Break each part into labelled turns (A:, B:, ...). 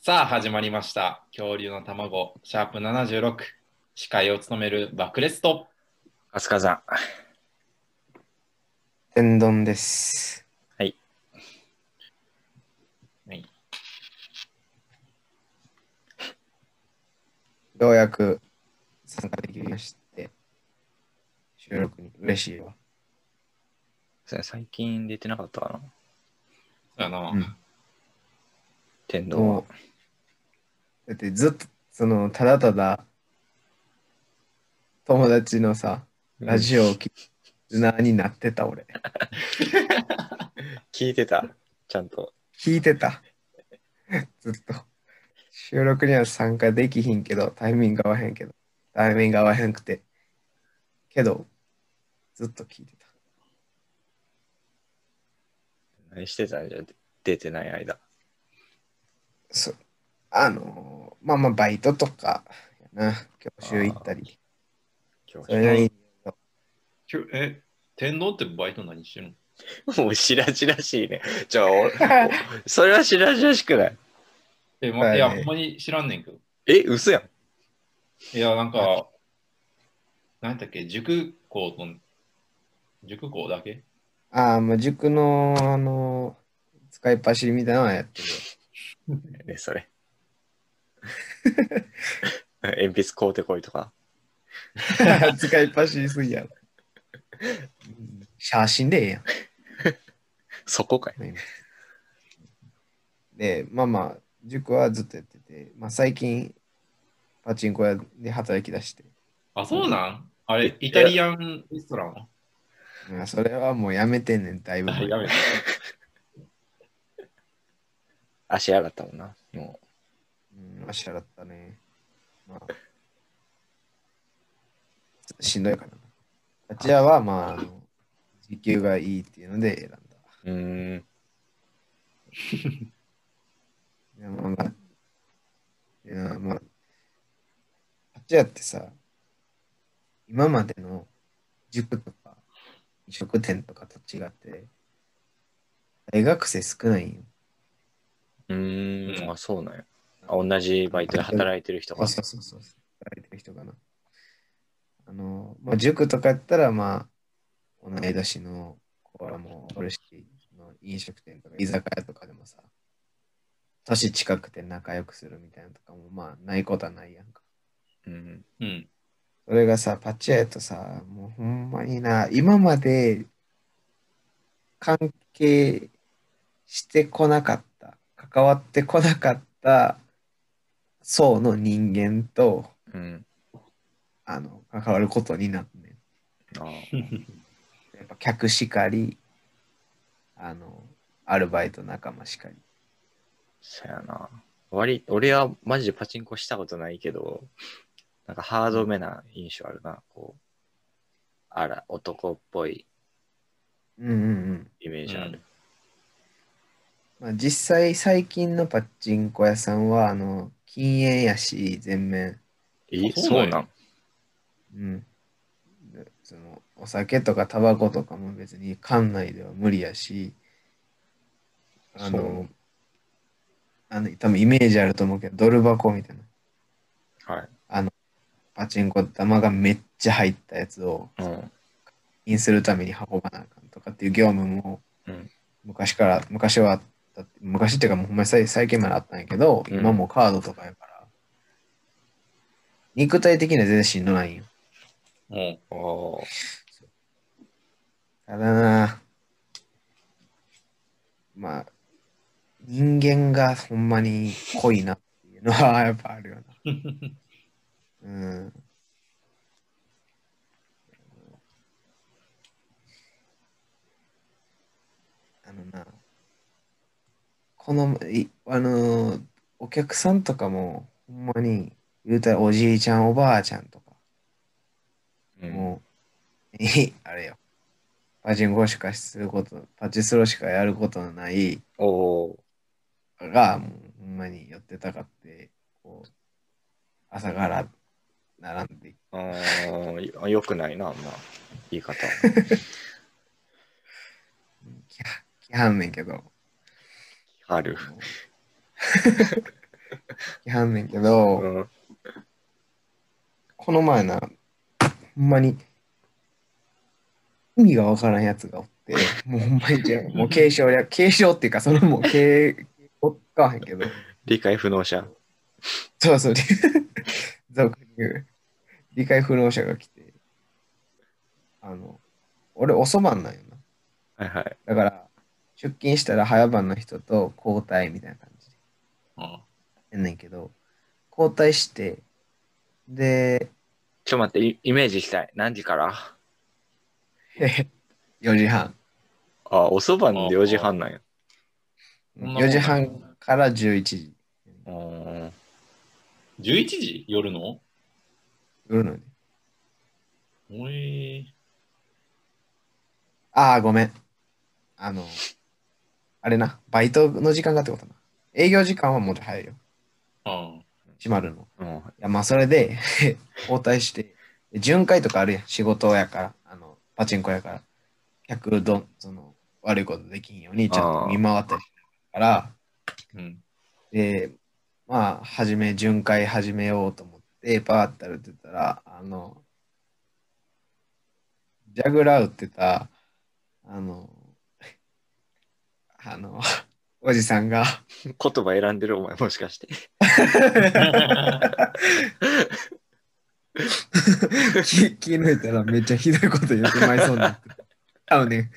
A: さあ始まりました恐竜の卵シャープ76司会を務めるバクレスト
B: 飛鳥さん。
C: 天丼です。ようやく参加できまして、収録に嬉しいわ。
B: そうね最近出てなかったかな
A: あの、
C: うん
B: 天童は
C: もう、だってずっと、その、ただただ、友達のさ、ラジオを聞くリスナーになってた俺。
B: 聞いてたちゃんと。
C: 聞いてた。ずっと。収録には参加できひんけど、タイミング合わへんけど、タイミング合わへんくて。けど、ずっと聞いてた。
B: 何してたんじゃ出てない間。
C: そう。あのーまあまあ、バイトとか、やな、教習行ったり。
B: 教
C: それなりに
A: きゅえ天皇ってバイト何してるの
B: 室もう白々しいね。じゃあ、お それは白々しくない。
A: え、ま、
C: はいい
A: やほんまに知らんねんけど
B: え、嘘やん。
A: いやなんか何だっけ塾校と塾校だけ
C: ああ、まあ、塾の、あのー使いっ走りみたいなのはやってるよ。
B: ね、それ。 鉛筆買うてこいとか。
C: 使いっ走りすぎやろ。写真でええやん
B: そこかい。。
C: で、まあまあ、塾はずっとやってて、まあ、最近、パチンコ屋で働き出して、
A: あそうなんあれイタリアンレストラン
C: まあ、それはもうやめてんねん、だいぶ
A: あ
C: 前。
A: やめた
B: 足上がったもんな。も
C: うん、足洗ったね。まあ、ちょっとしんどいかな。あちらは、まあ、あの時給がいいっていうので選んだ。
B: う。うーん。
C: いや、まあまあ、いや、まあ、あちらってさ、今までの塾とか、飲食店とかと違って、大学生少ないんよ。
B: うーん。あ、そうなんや。あ同じバイトで働いてる人が
C: あ。そうそうそう。働いてる人かな。あの、まあ、塾とかやったら、まあ、同い年の子らもおるし、その飲食店とか居酒屋とかでもさ、年近くて仲良くするみたいなのとかも、まあ、ないことはないやんか。
B: うん。
A: うん
C: それがさ、パチ屋やとさ、もうほんまにな、今まで関係してこなかった、関わってこなかった層の人間と、
B: うん。
C: あの、関わることになってね。
B: ああ。
C: やっぱ客しかり、あの、アルバイト仲間しかり。
B: そやな。割、俺はマジでパチンコしたことないけど、なんかハードめな印象あるな。こう、あら、男っぽい
C: うんうんうん。
B: イメージある。
C: まあ、実際最近のパチンコ屋さんは、あの、禁煙やし、全面。
B: え、
A: あそうなんや
B: そうなん
C: うん。でその、お酒とかタバコとかも別に館内では無理やし、あ
B: そう
C: の、あの、多分イメージあると思うけど、ドル箱みたいな。
B: はい。
C: パチンコ玉がめっちゃ入ったやつを、
B: うん。
C: インするために運ばなあかんとかっていう業務も
B: うん
C: 昔から昔はあったって昔っていうかもうほんまに最最近まであったんやけど、
B: うん
C: 今もうカードとかやから肉体的には全然しんどないんよ
A: も
B: おお。
C: ただなまあ人間がほんまに濃いなっていうのはやっぱあるよな
A: う
C: うんあのな、この、いあのーお客さんとかも、ほんまに、言うたらおじいちゃん、おばあちゃんとか、
B: うん。
C: もう、えあれよ、パチンコしかすること、パチスロしかやることのない、
B: おお
C: が、もうほんまに寄ってたかって、こう、朝から並んで
B: ー。あーよくないな、あんま。言い方。
C: きは、きはんねんけど、
B: ある。
C: 批判ねんけど、
B: うん。
C: この前な、ほんまに、意味がわからんやつがおって、もうほんまに違う、もう継承や、継承っていうか、そのもう継、追っかわへんけど、
B: 理解不能者。
C: そうそう、俗に言う理解不能者が来て、あの、俺、おそばんなんよな。
B: はいはい。
C: だから、出勤したら早番の人と交代みたいな感じで
A: あ
C: やんねんけど、交代して、 で、
B: ちょっと待ってイ、イメージしたい。何時から
C: 4時半。
B: あ、おそばの4時半なんや。
A: そんなもん
C: 4時半から11時。
B: うーん。
A: 11時夜の
C: 夜のね。
A: おい
C: ああ、ごめん。あの、あれな、バイトの時間がってことな。営業時間はもうちょい早いよ。
A: ああ
C: 閉まるの。い
B: うん。
C: や、まあ、それで、 交代して、巡回とかあるやん。仕事やから、あの、パチンコやから、客どん、その、悪いことできんように、ちゃんと見回ったりしながら、
A: うん。
C: で、まあ、始め、巡回始めようと思って、パーって歩いてたら、あの、ジャグラー売ってた、あの、 あの、おじさんが、
B: 言葉選んでるお前もしか して。
C: 気気抜いたらめっちゃひどいこと言ってまいそうになってた。あのね。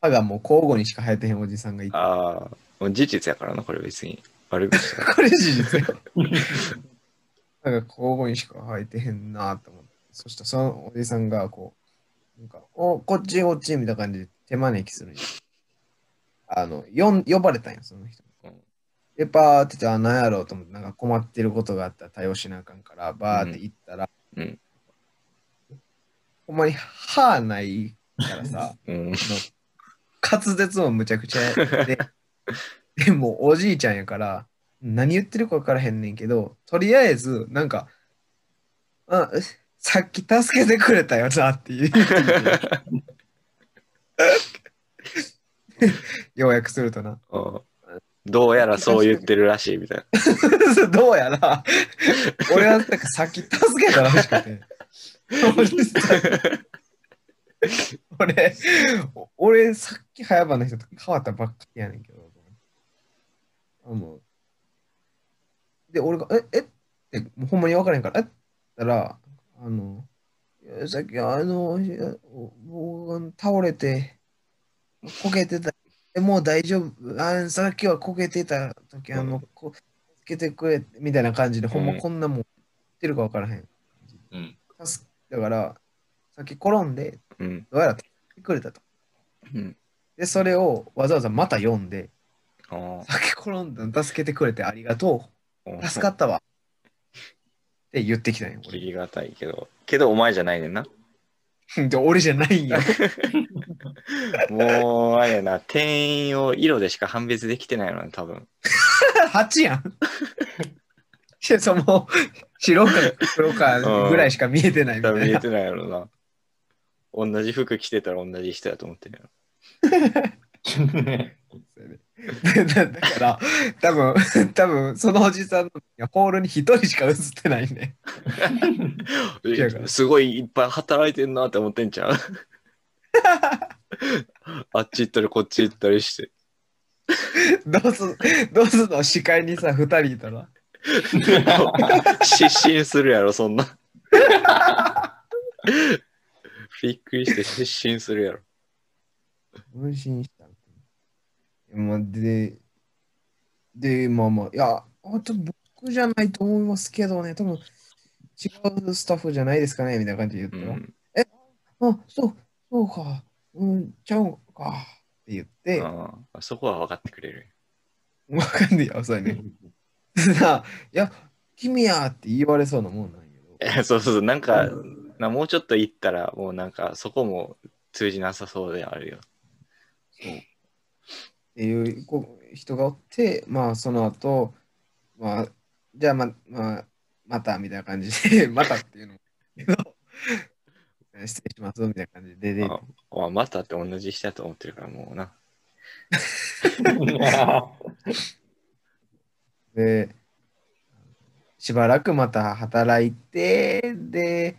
C: 歯がもう交互にしか生えてへんおじさんがいて、
B: ああ、もう事実やからな、これ別に。悪口 じゃない
C: これ事実よ。なんか交互にしか生えてへんなと思って。そしたらそのおじさんがこう、なんか、おこっちこっちみたいな感じで手招きするんよあの、よん呼ばれたんよ、その人
B: うん。
C: で、バーって言って、あ、なんやろうと思って、なんか困ってることがあったら対応しなあかんから、バーって行ったら、
B: うんうん
C: ほんまに歯ないからさ、
B: うん。
C: 滑舌もむちゃくちゃででもおじいちゃんやから何言ってるか分からへんねんけどとりあえずなんか「あさっき助けてくれたよな」っていう 要約するとな
B: うんどうやらそう言ってるらしいみたい
C: どうやら俺はなんかさっき助けたらしくて俺俺さっき早場の人と変わったばっかりやねんけどあもうで俺が「ええってもうほんまに分からへんから「えっ?」たらあのいやさっきあのいやお僕が倒れてこけてたえもう大丈夫あさっきはこけてた時はもうこつけてくれみたいな感じでほんまこんなもん言ってるか分からへん、
A: うん。
C: 助けだからさっき転んで
B: な。うん。
C: どうやら助けてくれたと
B: うん。
C: でそれをわざわざまた読んで
B: あ
C: さっき転んだの助けてくれてありがとう
B: あ。
C: 助かったわって言ってきたんよ
B: ありがたいけど。けどお前じゃないねんな。
C: 俺で俺じゃないんや
B: もう、あれやな、店員を色でしか判別できてないのな、多分。
C: 8やんいやその白か黒かぐらいしか見えてないみた
B: 多分
C: い
B: 見え
C: な
B: てないやろな。同じ服着てたら同じ人やと思ってるやろ。
C: でだだから多分多分そのおじさんのホールに一人しか映ってないね違うか
B: えすごいいっぱい働いてんなって思ってん ちゃうあっち行ったりこっち行ったりして。
C: どうすどうすんの視界にさ2人いたら
B: 失神するやろ、そんな。びっくりして失神するやろ。
C: 分身したまあででまあまあいやあと僕じゃないと思いますけどね多分違うスタッフじゃないですかねみたいな感じで
B: う
C: 言ったら、
B: ん。
C: あそうそうかうんちゃうかって言って、
B: ああそこは分かってくれる。
C: わかんねえよ、 そうやね。なあ、いや、君やって言われそうなもんなんやけど。
B: えそうそうそう、なんか、なもうちょっと行ったら、もうなんか、そこも通じなさそうであるよ。
C: そうっていうこう人がおって、まあ、その後、まあ、じゃあま、まあ、またみたいな感じで、 またっていうのもけど、失礼しますみたいな感じで出て、
B: ああまたって同じ人だと思ってるから、もうな。
C: で、しばらくまた働いて、で、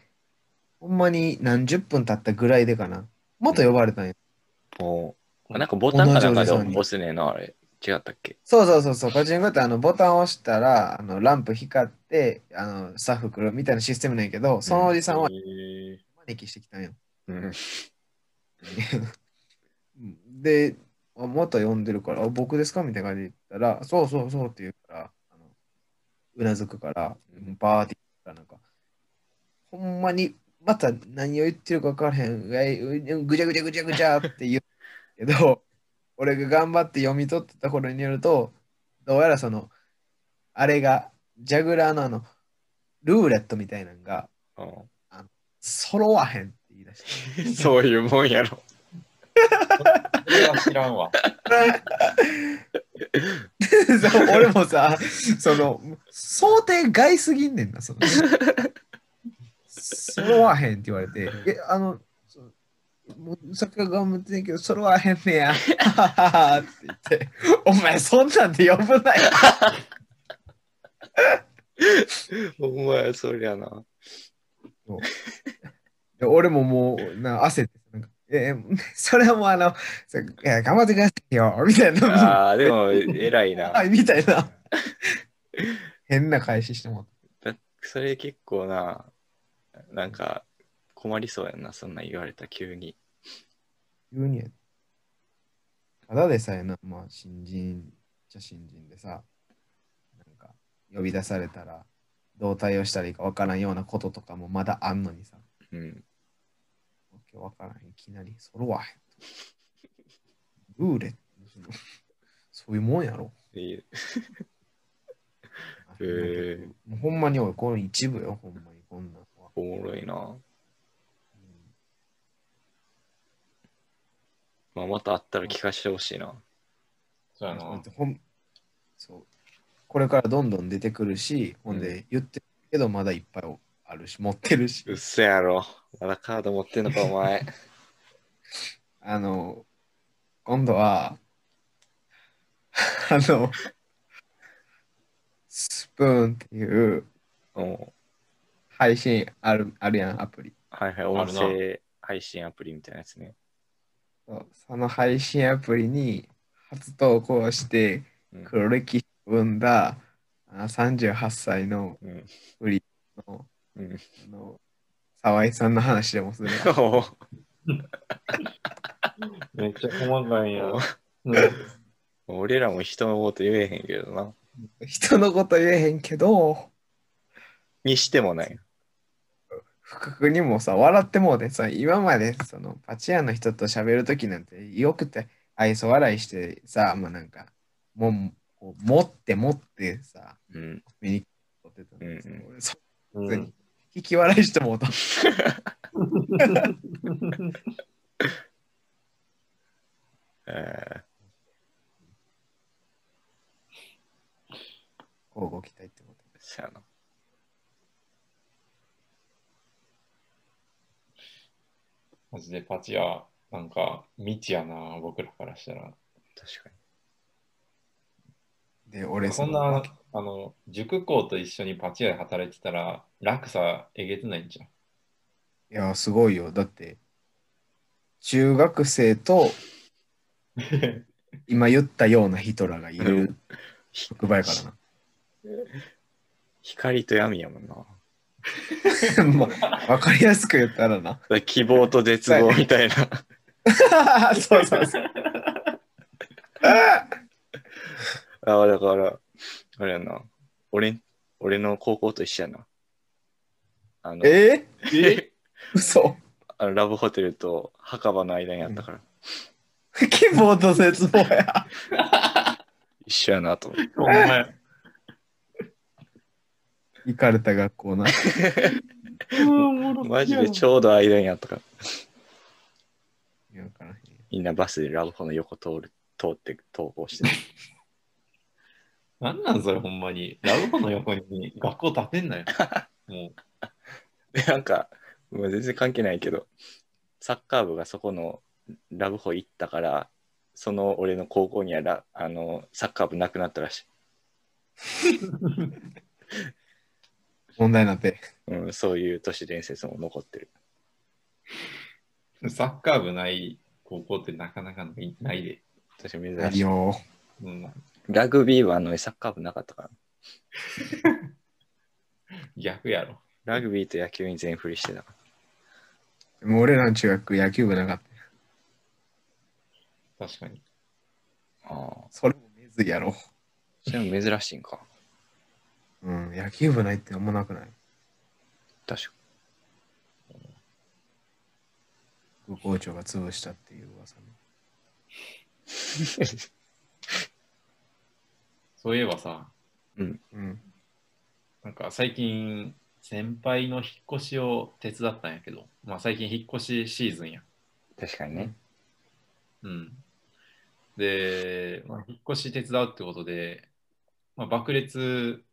C: ほんまに何十分経ったぐらいでかな。また呼ばれたんや。
B: もう、あなんかボタンかなんか
C: 同
B: で
C: じおじさんに
B: 押すねんな、あれ。違ったっけ
C: そうそうそうそう、パチンコってあのボタンを押したらあのランプ光ってあのスタッフ来るみたいなシステムなんやけど、そのおじさんは
A: え
C: 招きしてきたんよ。
B: うん。
C: で、あまた呼んでるから、あ僕ですかみたいな感じで言ったら、そうそうそうって言うから、あのうなずくから
B: うん、
C: バーって言ったら、なんか、ほんまに、また何を言ってるか分からへん、うえいうぐちゃぐちゃぐちゃぐちゃって言うけど、俺が頑張って読み取ってた頃によると、どうやらその、あれが、ジャグラーのあの、ルーレットみたいなのが、
B: う
C: 揃わへんって言い出して。
B: ん そういうもんやろ。
A: ー、それは知らんわ。
C: そう俺もさ、その、想定外すぎんねんな、その。揃わへんって言われて、え、あの、そうもうさっきから頑張ってんけど、揃わへんねや。はははって言って、お前そんなんで呼ぶなよ。
B: お前、そりゃな。
C: で俺ももう、な焦って、なんかえ、それはもうあの、そういや頑張ってくださいよ、みたいな。
B: ああ、でも、偉い な
C: は。いみたいな。変な返ししてもらった
B: それ結構な、なんか困りそうやんな、そんなん言われた急に。
C: 急にやただでさえな、まあ、新人じゃ新人でさ、なんか、呼び出されたら、どう対応したらいいかわからんようなこととかもまだあんのにさ、
B: うん。
C: わけわからん、いきなり揃わへん。ルーレット、そのそういうもんやろ。
B: っていうへえ
C: もうほんまにおい、この一部よ、ほんまに、こんなんは。
B: おもろいな。まあ、また会ったら聞かせてほしいな。
A: そうやな。
C: ほんそうこれからどんどん出てくるし、ほんで言ってるけどまだいっぱいあるし、持ってるし
B: う、っせやろ。まだカード持ってんのか、お 前。
C: あの、今度は、 あの、スプーンっていう
B: うん。
C: 配信あるあるやん、アプリ。
B: はいはい、音声配信アプリみたいなやつね。
C: そうその配信アプリに初投稿して
B: うん
C: 黒歴史を生んだあ38歳の
B: うん。
C: あの
B: うん。
C: あの沢井さんの話でもするわ。
B: お
A: めっちゃ細かいやん。
B: お 俺らも人のこと言えへんけどな。
C: 人のこと言えへんけど、
B: にしてもない。
C: 福君にもさ、笑ってもうでさ、今までそのパチ屋の人と喋るときなんてよくて愛想笑いしてさ、まあなんか、もう、こう持って持ってさ、
B: うん。
C: 見に来ってたんですけ
B: うん
C: ど、俺、そう
A: う
C: 普通に
A: ん、
C: 引き笑いしてもうた。
B: え
C: こうご期待ってこと。
B: ー、そやな。
A: マジでパチ屋、なんか未知やな、僕らからしたら。
B: 確かに。
C: で、俺
A: そん
C: の
A: な、あの、塾校と一緒にパチ屋で働いてたら、落差えげつないん じゃん。
C: いや、すごいよ。だって、中学生と今言ったような人らがいる職場やからな。
B: 光と闇やもんな。だ か
C: まあ、わかりやすく言ったらな。
B: ら希望と絶望みたいな。
C: そうそうそう。
B: ああ、だから、あれやな。俺ん、俺の高校と一緒やな。あの、
C: え
A: え
C: 嘘。
B: あのラブホテルと墓場の間にあったから、
C: 希望と絶望や。
B: 一緒やなと思って。
A: お 前、
C: 行かれた学校な。
B: マジでちょうど間にあったから。
C: いやわからへん
B: みんなバスでラブホの横通る、通って投稿してる。
A: なんなんそれほんまに。ラブホの横に学校建てんなよ。も
B: で、なんか、もう全然関係ないけど、サッカー部がそこのラブホ行ったから、その俺の高校にはラあのサッカー部なくなったらしい。
C: 問題になって。
B: うん、そういう都市伝説も残ってる。
A: サッカー部ない高校ってなかなかないないで。
B: 私珍
C: あ
B: し
C: り
B: い。
C: よ
A: うん、
B: ラグビー部あんのにサッカー部なかったから。
A: 逆やろ。
B: ラグビーと野球に全振りしてたから。
C: う。もう俺らの中学野球部なかった。
A: 確かに。
B: ああ、
C: それもめずいやろ。
B: それも珍しいんか。
C: うん、野球部ないってあんまなくない
B: 確か
C: 副校長が潰したっていう噂ね。
A: そういえばさ、
C: うん。
A: なんか最近、先輩の引っ越しを手伝ったんやけど、まあ最近引っ越しシーズンや。
B: 確かにね。
A: うん。で、まあ、引っ越し手伝うってことで、まあ、爆裂、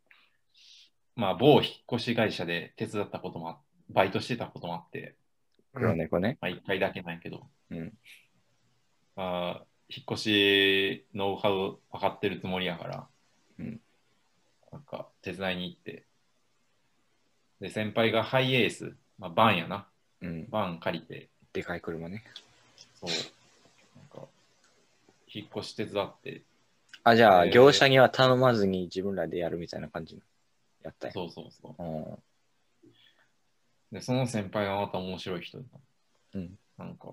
A: まあ、某引っ越し会社で手伝ったこともあ、バイトしてたこともあって、
B: 黒猫ね。
A: まあ、1回だけなんやけど、
B: うん。
A: まあ、引っ越しノウハウ分かってるつもりやから、
B: うん
A: なんか手伝いに行って、で、先輩がハイエース、まあ、バンやな、
B: うん。
A: バン借りて、
B: でかい車ね。
A: そう、なんか、引っ越し手伝って、
B: あ、じゃあ、
A: えー
B: 業者には頼まずに自分らでやるみたいな感じのやったんや
A: そうそうそう。
B: うん。
A: で、その先輩がまた面白い人で
B: うん
A: なんか、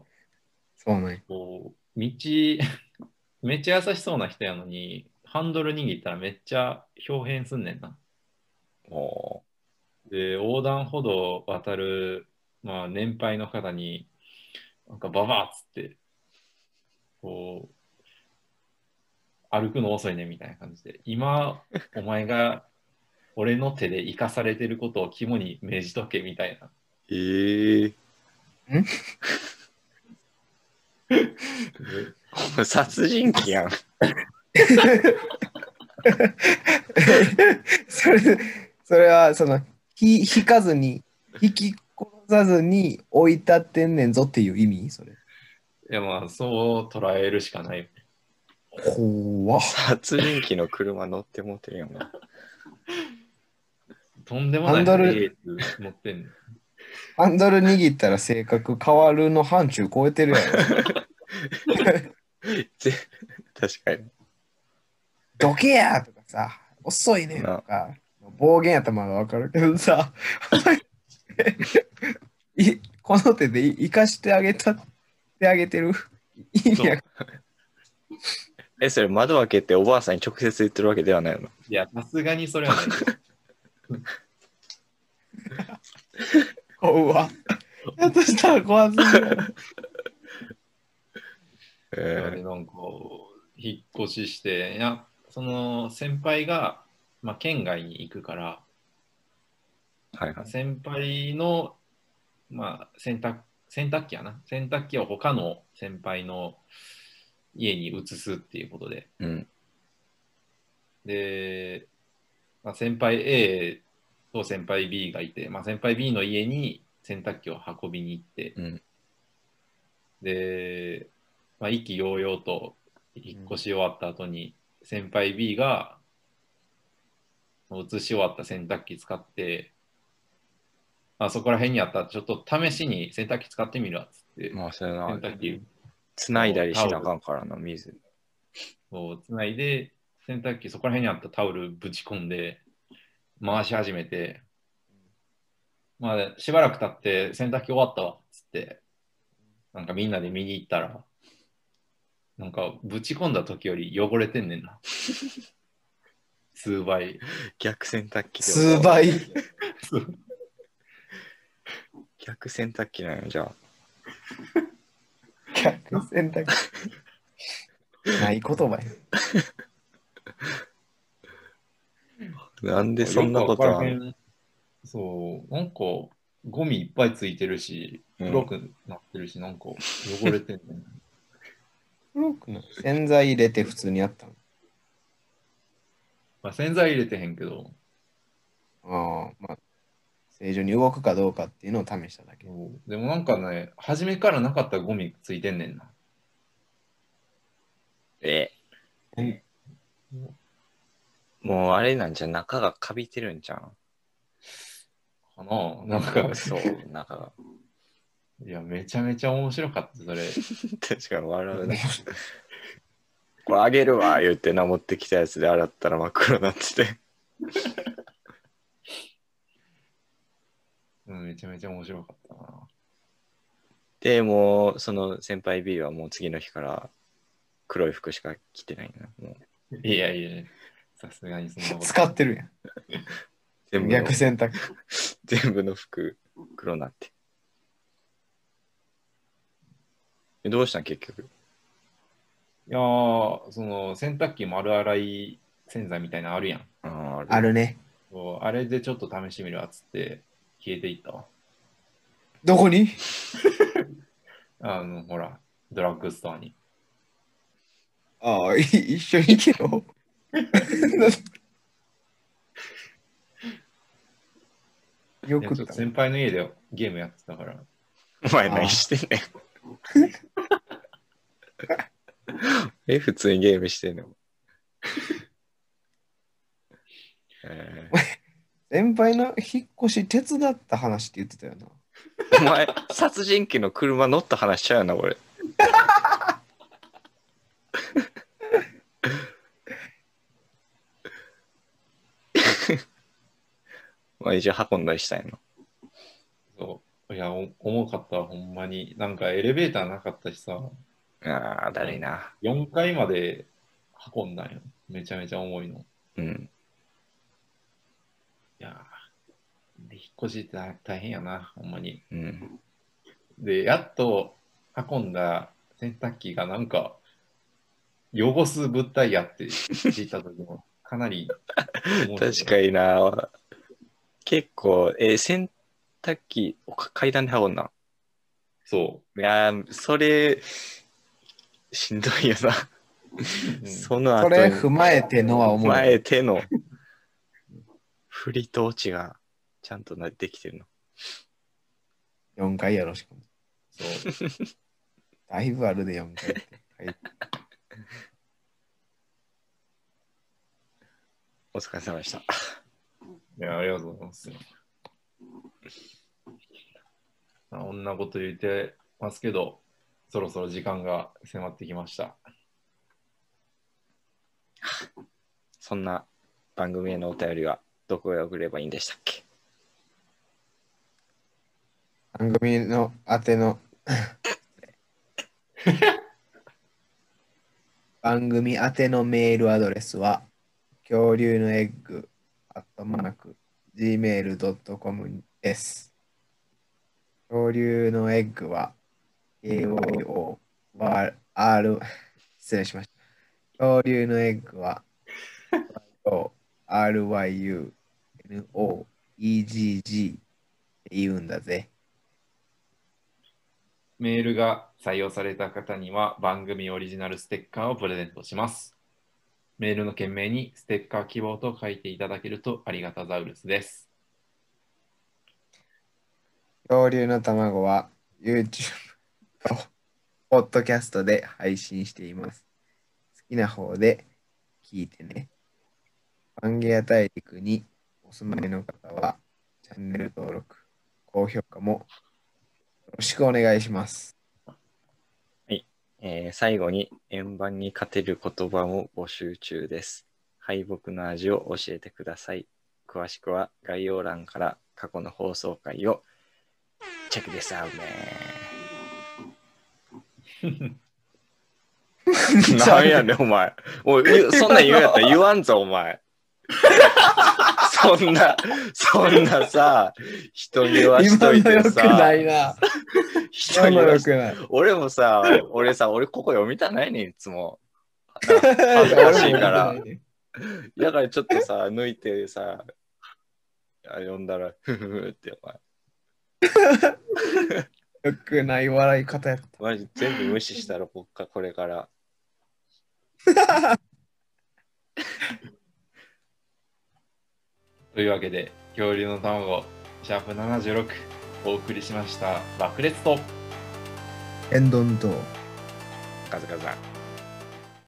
C: そうね。
A: こう、道、 めっちゃ優しそうな人やのに、ハンドル握ったらめっちゃ表変すんねんな。
B: お
A: で、横断歩道渡る、まあ、年配の方に、なんか、ババアっつって、こう、歩くの遅いねみたいな感じで、今、お前が俺の手で生かされてることを肝に銘じとけみたいな。
B: えー。
A: で
B: 殺人鬼やん。
C: それ、それは、その、ひ引かずに、引き殺さずに追い立ってんねんぞっていう意味それ。
A: いやまあそう捉えるしかない。
C: 怖っ。
B: 殺人鬼の車乗ってもうてるやんな。
A: とんでもない
C: ハンドル
A: レース持ってんの。
C: ハンドル握ったら性格変わるの範疇超えてるやろ。
B: ぜ確かに。
C: どけやとかさ、遅いねとか、暴言やったらまだわかるけどさ、 いこの手で生かしてあげたってあげてる。い
A: そう
C: や、
B: え、それ窓開けておばあさんに直接言ってるわけではないの
A: いや、さすがにそれはない。
C: 怖っ。やっとしたら怖すぎる。
A: でなんか、引っ越しして、いや、その先輩が、まあ、県外に行くから、
B: はいはい。
A: 先輩の、まあ、洗濯洗濯機やな。洗濯機を他の先輩の家に移すっていうことで。
B: うん。
A: で、まあ、先輩 A と先輩 B がいて、まあ、先輩 B の家に洗濯機を運びに行って、
B: うん
A: で、まあ、意気揚々と引っ越し終わった後に、先輩 B が移し終わった洗濯機使って、まあ、そこら辺にあったちょっと試しに洗濯機使ってみるわっつって、
B: まあ、それ
A: 洗
B: な、
A: 濯機
B: 繋いだりしなあかんからな、水。
A: をつないで、洗濯機そこら辺にあったタオルぶち込んで、回し始めて、まあ、しばらく経って洗濯機終わったわっつって、なんかみんなで見に行ったら、なんかぶち込んだ時より汚れてんねんな。 数倍。
B: 逆洗濯機で
C: 数倍。
B: 逆洗濯機なのじゃあ。
C: 逆選択。ない言葉や。
B: なんでそんなこと
A: よくわ
B: は
A: からへんそう、なんかゴミいっぱいついてるし、
B: うん
A: 黒くなってるし、なんか汚れてんね んな。
C: 黒くない洗剤入れて普通にやったの。
A: まあ洗剤入れてへんけど、
C: ああ、まあ、正常に動くかどうかっていうのを試しただけ。
A: そうでもなんかね、初めからなかったゴミついてんねんな。
B: え
C: え
B: もうあれなんじゃん、中がかびてるんじゃん。
A: かななんか、
B: そう、中が。
A: いや、めちゃめちゃ面白かった、それ。
B: 確かに笑うな。 これあげるわ、言ってな、持ってきたやつで洗ったら真っ黒になってて。
A: うん、めちゃめちゃ面白かったな。
B: で、もう、その先輩 B はもう次の日から黒い服しか着てないな。もう
A: いやいや、さすがにそんなこと。
C: 使ってるや
B: 全
C: ん。
B: 部の
C: 逆選択。
B: 全部の服黒になって。えどうしたん結局。
A: いやー、その洗濯機丸洗い洗剤みたいなのあるやん。
B: あーあれ
C: あるね。
A: こうあれでちょっと試してみるわっつって消えていったわ。
C: どこに
A: あの、ほら、ドラッグストアに。
C: ああ、い一緒に行けよ。よ
A: いや
C: く
A: ちょっと先輩の家でゲームやってたから。
B: お前何してんね ん。え、普通にゲームしてんの。え
C: 先輩の引っ越し手伝った話って言ってたよな。
B: ーお前、殺人鬼の車乗った話しちゃうな、こ れ。まあ一応運んだりしたんやな。
A: そういや、お重かったわ、ほんまに。なんかエレベーターなかったしさ、
B: ああ、だるいな。
A: 4階まで運んだんよ。めちゃめちゃ重いの。い
B: うん。
A: やーで引っ越しって大大変やな、ほんまに。
B: うん。
A: で、やっと運んだ洗濯機がなんか、汚す物体やって知った時も、かなり面白い。
B: 確かにな。結構、えー洗濯機、おか階段で運んだ
A: そ
B: んいやー、それ、しんどいよな。
A: う。うん
B: その
C: そ
B: 後に
C: れ踏まえてのは
B: 踏
C: 思う。
B: まえての、振りと落ちがちゃんとなできてるの。
C: 4回やろしかも。
A: そう
C: だいぶあるで4回って。はい、
B: お疲れ様でした。
A: いや、ありがとうございます。あこんなこと言ってますけど、そろそろ時間が迫ってきました。
B: そんな番組へのお便りは、どこへ送ればいいんでしたっけ
C: 番組の宛ての番組宛てのメールアドレスは恐竜のエッグアットマーク gmail.com です恐竜のエッグは KOR 失礼しました恐竜のエッグは RYUNOEGG って言うんだぜ
A: メールが採用された方には番組オリジナルステッカーをプレゼントします。メールの件名にステッカー希望と書いていただけるとありがたザウルスです。
C: 恐竜の卵は YouTube とポッドキャストで配信しています。好きな方で聞いてね。パンゲア大陸にお住まいの方はチャンネル登録、高評価もよろしくお願いします。
B: えー最後に円盤に勝てる言葉を募集中です。敗北の味を教えてください。詳しくは概要欄から過去の放送回をチェックですアウね。 なんやねんお前。おい、言うそんなん言うやったら言わんぞ、お前。 そんな、そんなさ、人に言わしといてさ、
C: な。
B: 人
C: 今
B: に
C: の
B: 言わ
C: よ
B: し
C: くない。
B: 俺もさ、俺さ、俺ここ読みたないねん、いつも。
C: 恥
B: ずかしい からだからちょっとさ、抜いてさ、あ読んだら、ふふふって、お前。
C: よくない笑い方やっ
B: マジ全部無視したら、こっか、これから。
A: というわけで、恐竜の卵、シャープ76、お送りしました。爆裂と
C: た。エンドンと。
B: カズカズさん。